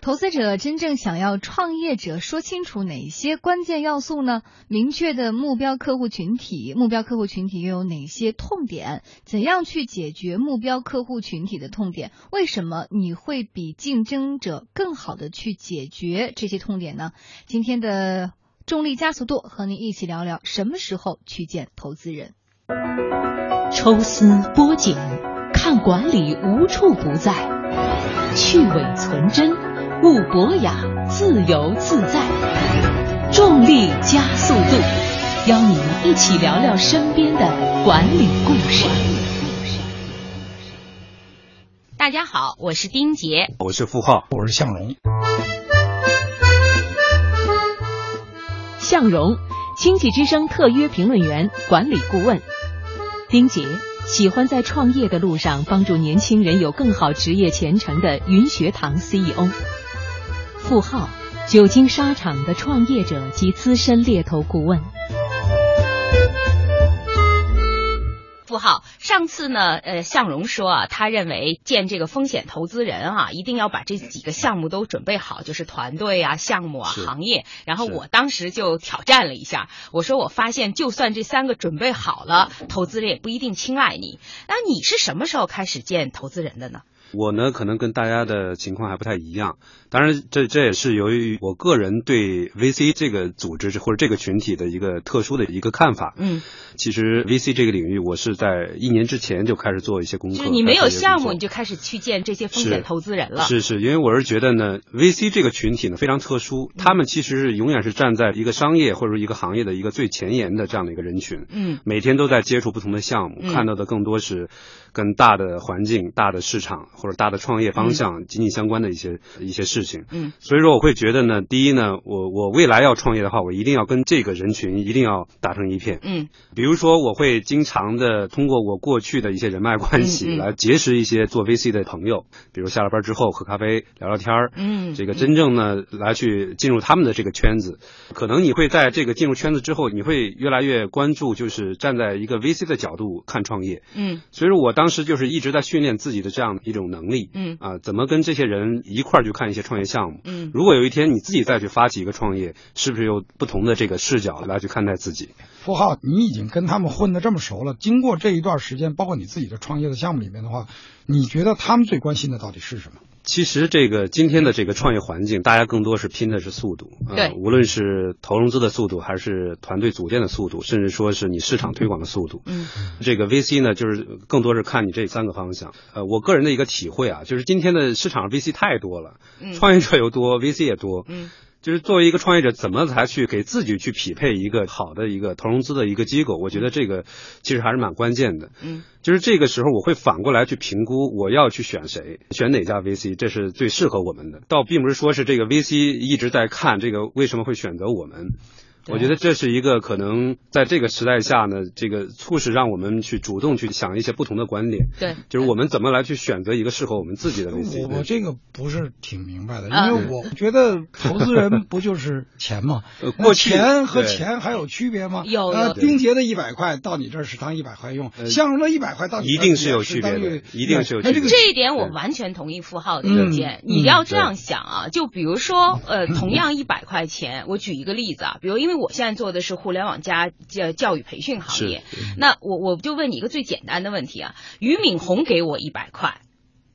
投资者真正想要创业者说清楚哪些关键要素呢？明确的目标客户群体，目标客户群体又有哪些痛点？怎样去解决目标客户群体的痛点？为什么你会比竞争者更好的去解决这些痛点呢？今天的重力加速度和您一起聊聊什么时候去见投资人。抽丝剥茧，看管理无处不在，去伪存真，悟博雅，自由自在。重力加速度，邀您一起聊聊身边的管理故事。大家好，我是丁杰，我是付浩，我是向荣。向荣，经济之声特约评论员、管理顾问。丁杰喜欢在创业的路上帮助年轻人有更好职业前程的云学堂 E CEO，付浩，久经沙场的创业者及资深猎头顾问。付浩，上次呢，呃，向荣说啊，他认为见这个风险投资人啊，一定要把这几个项目都准备好，就是团队啊、项目啊、行业。然后我当时就挑战了一下，我说我发现，就算这三个准备好了，投资人也不一定青睐你。那你是什么时候开始见投资人的呢？我呢，可能跟大家的情况还不太一样。当然这，这这也是由于我个人对 VC 这个组织或者这个群体的一个特殊的一个看法。嗯，其实 VC 这个领域，我是在一年之前就开始做一些功课。就是你没有项目，你就开始去见这些风险投资人了。是是，因为我是觉得呢，VC 这个群体呢非常特殊，嗯他们其实是永远是站在一个商业或者一个行业的一个最前沿的这样的一个人群。嗯，每天都在接触不同的项目，嗯、看到的更多是跟大的环境、大的市场。或者大的创业方向紧紧相关的一些一些事情，嗯，所以说我会觉得呢，第一呢，我我未来要创业的话，我一定要跟这个人群一定要打成一片，嗯，比如说我会经常的通过我过去的一些人脉关嗯系来结识一些做 VC 的朋友，比如下了班之后喝咖啡聊聊天儿，嗯，这个真正呢来去进入他们的这个圈子，可能你会在这个进入圈子之后，你会越来越关注，就是站在一个 VC 的角度看创业，嗯，所以说我当时就是一直在训练自己的这样一种能力，嗯啊，怎么跟这些人一块儿去看一些创业项目？嗯，如果有一天你自己再去发起一个创业，是不是有不同的这个视角来去看待自己？付浩，你已经跟他们混得这么熟了，经过这一段时间，包括你自己的创业的项目里面的话，你觉得他们最关心的到底是什么？其实这个今天的这个创业环境，大家更多是拼的是速度，呃、对无论是投融资的速度，还是团队组建的速度，甚至说是你市场推广的速度。嗯，这个 VC 呢，就是更多是看你这三个方向。呃，我个人的一个体会啊，就是今天的市场 VC 太多了，嗯创业者又多，VC 也多，嗯，就是作为一个创业者，怎么才去给自己去匹配一个好的一个投融资的一个机构？我觉得这个其实还是蛮关键的。嗯，就是这个时候我会反过来去评估我要去选谁，选哪家 VC，这是最适合我们的。倒并不是说是这个 VC 一直在看这个为什么会选择我们。对我觉得这是一个可能在这个时代下呢，这个促使让我们去主动去想一些不同的观点，对，就是我们怎么来去选择一个适合我们自己的 VC。我我这个不是挺明白的，啊因为我觉得投资人不就是钱吗？呃 过那去钱和对钱还有区别吗？有有呃，对丁杰的一百块到你这儿是当一百块用，呃向荣的一百块到你一这儿定也是有区别当的一一定是有哎区别这的个这一点我对完全同意付浩的意嗯见。嗯你要这样想啊，就比如说，呃，同样一百块钱，我举一个例子啊，比如因为我现在做的是互联网加教教育培训行业，那我我就问你一个最简单的问题啊，俞敏洪给我一百块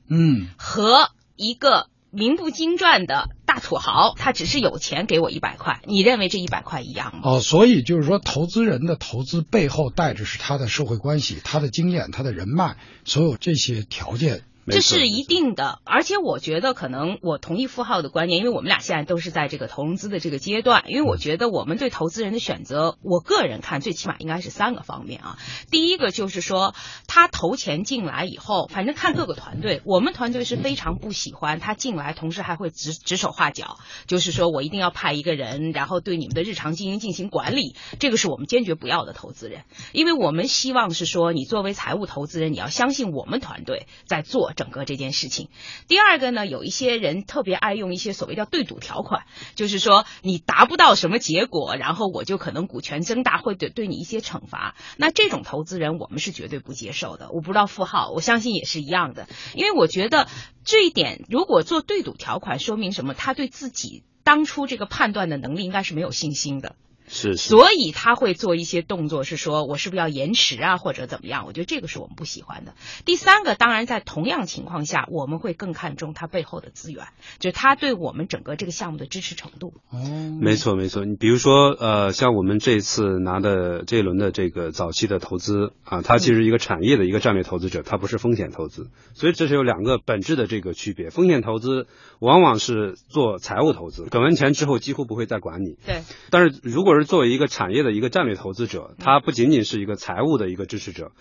嗯，和一个名不经传的大土豪，他只是有钱给我一百块，你认为这一百块一样吗？哦，所以就是说，投资人的投资背后带着是他的社会关系、他的经验、他的人脉，所有这些条件。没这错是一定的，而且我觉得可能我同意付浩的观念，因为我们俩现在都是在这个投融资的这个阶段，因为我觉得我们对投资人的选择，我个人看最起码应该是三个方面啊。第一个就是说，他投钱进来以后，反正看各个团队，我们团队是非常不喜欢他进来，同时还会指指手画脚，就是说我一定要派一个人，然后对你们的日常经营进行管理，这个是我们坚决不要的投资人。因为我们希望是说，你作为财务投资人，你要相信我们团队在做整个这件事情。第二个呢，有一些人特别爱用一些所谓叫对赌条款，就是说你达不到什么结果，然后我就可能股权增大，会对对你一些惩罚。那这种投资人我们是绝对不接受的。我不知道付浩，我相信也是一样的，因为我觉得这一点，如果做对赌条款，说明什么？他对自己当初这个判断的能力应该是没有信心的。是是，所以他会做一些动作，是说我是不是要延迟啊，或者怎么样？我觉得这个是我们不喜欢的。第三个，当然在同样情况下，我们会更看重他背后的资源，就是他对我们整个这个项目的支持程度。哦，没错没错。你比如说呃，像我们这次拿的这一轮的这个早期的投资啊，它其实一个产业的一个战略投资者，它不是风险投资，所以这是有两个本质的这个区别。风险投资往往是做财务投资，给完钱之后几乎不会再管你。对，但是如果是作为一个产业的一个战略投资者，他不仅仅是一个财务的一个支持者，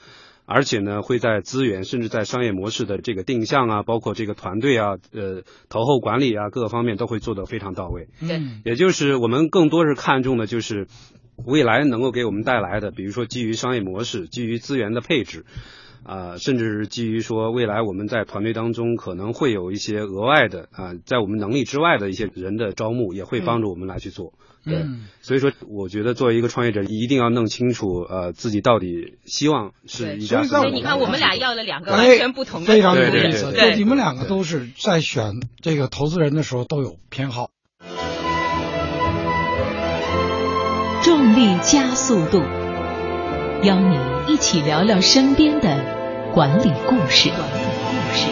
而且呢会在资源甚至在商业模式的这个定向啊，包括这个团队啊，呃，投后管理啊各个方面都会做得非常到位。对嗯也就是我们更多是看重的就是未来能够给我们带来的，比如说基于商业模式、基于资源的配置，啊、甚至是基于说未来我们在团队当中可能会有一些额外的啊、在我们能力之外的一些人的招募，也嗯会帮助我们来去做。对，嗯所以说，我觉得作为一个创业者，一定要弄清楚，呃，自己到底希望是一家对什所所么样的公司。以你看，我们俩要了两个完哎，全不同的非常有对对意对思。对就你们两个都是在选这个投资人的时候都有偏好。重力加速度，邀你一起聊聊身边的管理故事。管理故事。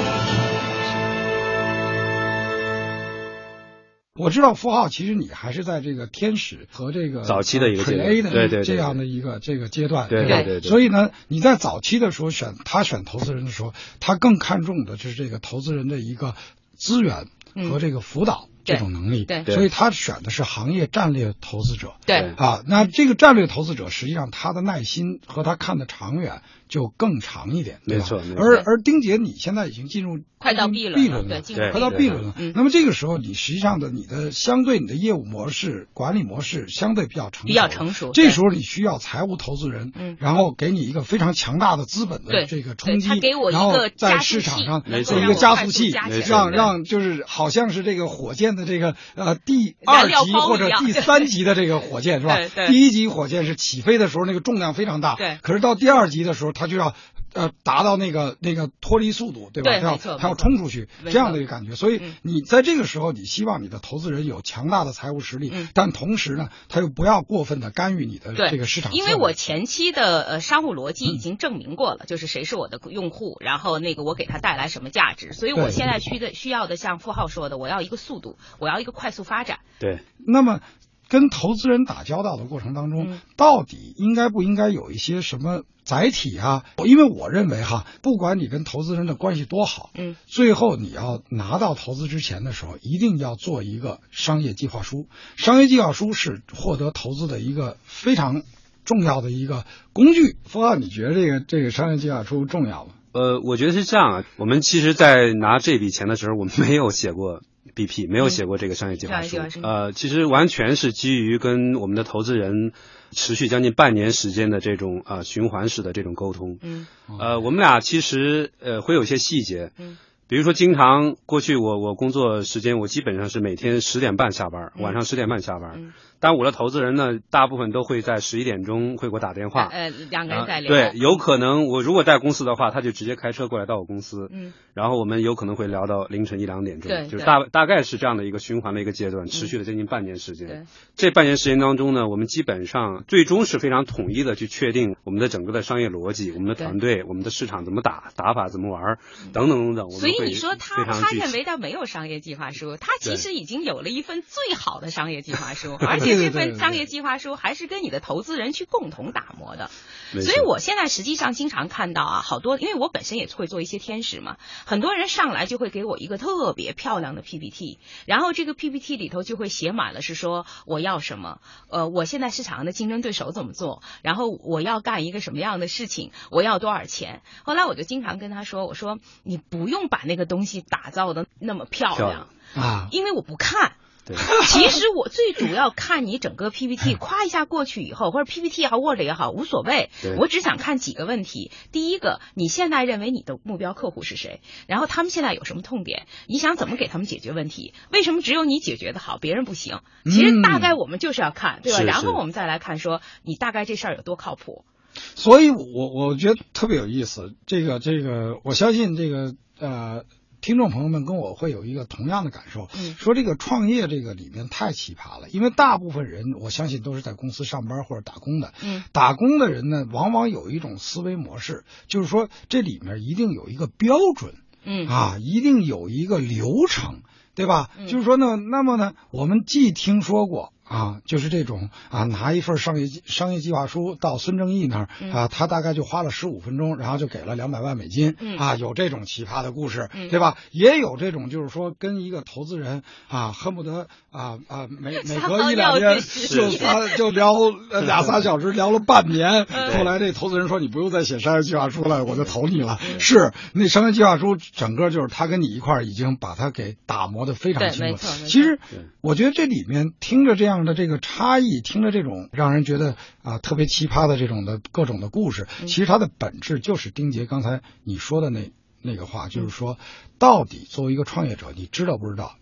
我知道符号，其实你还是在这个天使和这个早期的一个阶纯段 A 的对对对这样的一个这个阶段，对吧对对对所以呢，你在早期的时候选他选投资人的时候，他更看重的就是这个投资人的一个资源和这个辅导这种能力，嗯对对所以他选的是行业战略投资者。对啊，那这个战略投资者实际上他的耐心和他看的长远就更长一点，对吧没错没错而而丁姐，你现在已经进入快到 B B 轮了轮对了，进入快到 B B 轮轮了嗯。那么这个时候，你实际上的你的相对你的业务模式、管理模式相对比较成熟，比较成熟对这时候你需要财务投资人，嗯然后给你一个非常强大的资本的对这个冲击，对他给我一个然后在加速市场器上没做错一个加速器，让我快速加起来让对让就是好像是这个火箭的这个呃第二燃料级包或者一样第三级的这个火箭是吧对？对第一级火箭是起飞的时候那个重量非常大，对可是到第二级的时候，它就要呃达到那个那个脱离速度，对吧？对它要没错它要没错冲出去，没这样错的一个感觉。所以嗯你在这个时候，你希望你的投资人有强大的财务实力，嗯但同时呢，他又不要过分的干预你的对这个市场策略。因为我前期的呃商务逻辑已经证明过了，就是谁是我的用户，然后那个我给他带来什么价值，所以我对现在需的需要的，像付浩说的，我要一个速度，我要一个快速发展。对，那么跟投资人打交道的过程当中，嗯到底应该不应该有一些什么载体啊？因为我认为哈，不管你跟投资人的关系多好，嗯，最后你要拿到投资之前的时候，一定要做一个商业计划书。商业计划书是获得投资的一个非常重要的一个工具。冯浩，你觉得这个这个商业计划书重要吗？呃，我觉得是这样啊。我们其实，在拿这笔钱的时候，我们没有写过 BP，没有写过这个嗯商业计划书商业计划。书呃，其实完全是基于跟我们的投资人持续将近半年时间的这种啊、呃循环式的这种沟通。嗯呃，我们俩其实呃会有一些细节，嗯比如说经常过去我我工作时间我基本上是每天十点半下班，嗯晚上十点半下班，嗯但我的投资人呢，大部分都会在十一点钟会给我打电话。呃，两个啊人在聊。对，有可能我如果在公司的话，他就直接开车过来到我公司，嗯然后我们有可能会聊到凌晨一两点钟，对就是对大大概是这样的一个循环的一个阶段，持续了将近半年时间。对这半年时间当中呢，我们基本上最终是非常统一的去确定我们的整个的商业逻辑、我们的团队、我们的市场怎么打、打法怎么玩儿等等等等。我们嗯所以会你说他非常他具体认为他没有商业计划书，他其对实已经有了一份最好的商业计划 书，而对且这对对对份对商业计划书还是跟你的投资人去共同打磨的。没所以错我现在实际上经常看到啊，好多因为我本身也会做一些天使嘛，很多人上来就会给我一个特别漂亮的 PPT，然后这个 PPT 里头就会写满了是说我要什么，呃，我现在市场上的竞争对手怎么做，然后我要干一个什么样的事情，我要多少钱。后来我就经常跟他说，我说你不用把那个东西打造的那么漂漂亮亮，啊，因为我不看。对，其实我最主要看你整个 PPT，夸一下过去以后，或者 PPT 也好，Word 也好，无所谓对。我只想看几个问题。第一个，你现在认为你的目标客户是谁？然后他们现在有什么痛点？你想怎么给他们解决问题？为什么只有你解决的好，别人不行？其实大概我们就是要看，对吧？是是然后我们再来看说你大概这事儿有多靠谱。所以我我觉得特别有意思。这个这个，我相信这个呃，听众朋友们跟我会有一个同样的感受，嗯说这个创业这个里面太奇葩了，因为大部分人我相信都是在公司上班或者打工的，嗯，打工的人呢，往往有一种思维模式，就是说这里面一定有一个标准。嗯啊，一定有一个流程，对吧？嗯就是说呢，那么呢，我们既听说过。啊，就是这种啊，拿一份商业计商业计划书到孙正义那儿嗯啊，他大概就花了十五分钟，然后就给了两百万美金嗯啊，有这种奇葩的故事嗯，对吧？也有这种就是说跟一个投资人啊，恨不得啊啊每 每撒隔泡一两尿天就是就仨就聊呃俩仨小时，聊了半年，嗯后来这投资人说你不用再写商业计划书了，我就投你了。是那商业计划书整个就是他跟你一块儿已经把它给打磨的非常对清楚没了错没。错其实对我觉得这里面听着这样的这个差异，听着这种让人觉得啊、特别奇葩的这种的各种的故事，嗯其实它的本质就是丁杰刚才你说的那那个话，就是说嗯到底作为一个创业者，你知道不知道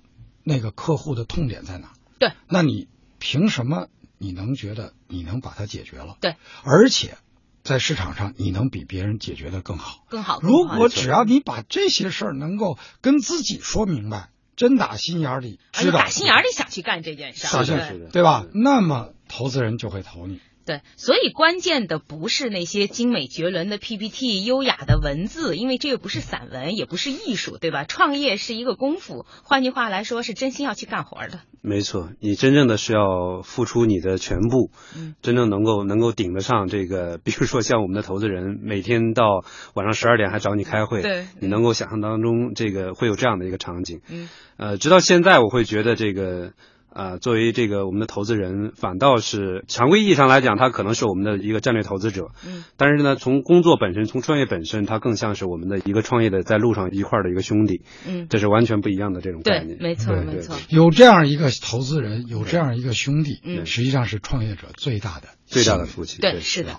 那个客户的痛点在哪？对，那你凭什么你能觉得你能把它解决了？对，而且在市场上你能比别人解决的更好。更好。更如好果只要你把这些事儿能够跟自己说明白，真打心眼儿里而且知道，哎打心眼儿里想去干这件事打儿，心对眼是的是的对吧？那么投资人就会投你。对，所以关键的不是那些精美绝伦的 PPT、优雅的文字，因为这个不是散文，也不是艺术，对吧？创业是一个功夫，换句话来说，是真心要去干活儿的。没错，你真正的是要付出你的全部，嗯真正能够能够顶得上这个， 比如说像我们的投资人，每天到晚上十二点还找你开会，对你能够想象当中这个会有这样的一个场景，嗯，呃，直到现在我会觉得这个。啊、作为这个我们的投资人，反倒是常规意义上来讲，他可能是我们的一个战略投资者。嗯，但是呢，从工作本身，从创业本身，他更像是我们的一个创业的在路上一块儿的一个兄弟。嗯这是完全不一样的这种概对念，。没错，对没错。有这样一个投资人，有这样一个兄弟，嗯实际上是创业者最大的最大的幸运福气。对，是的。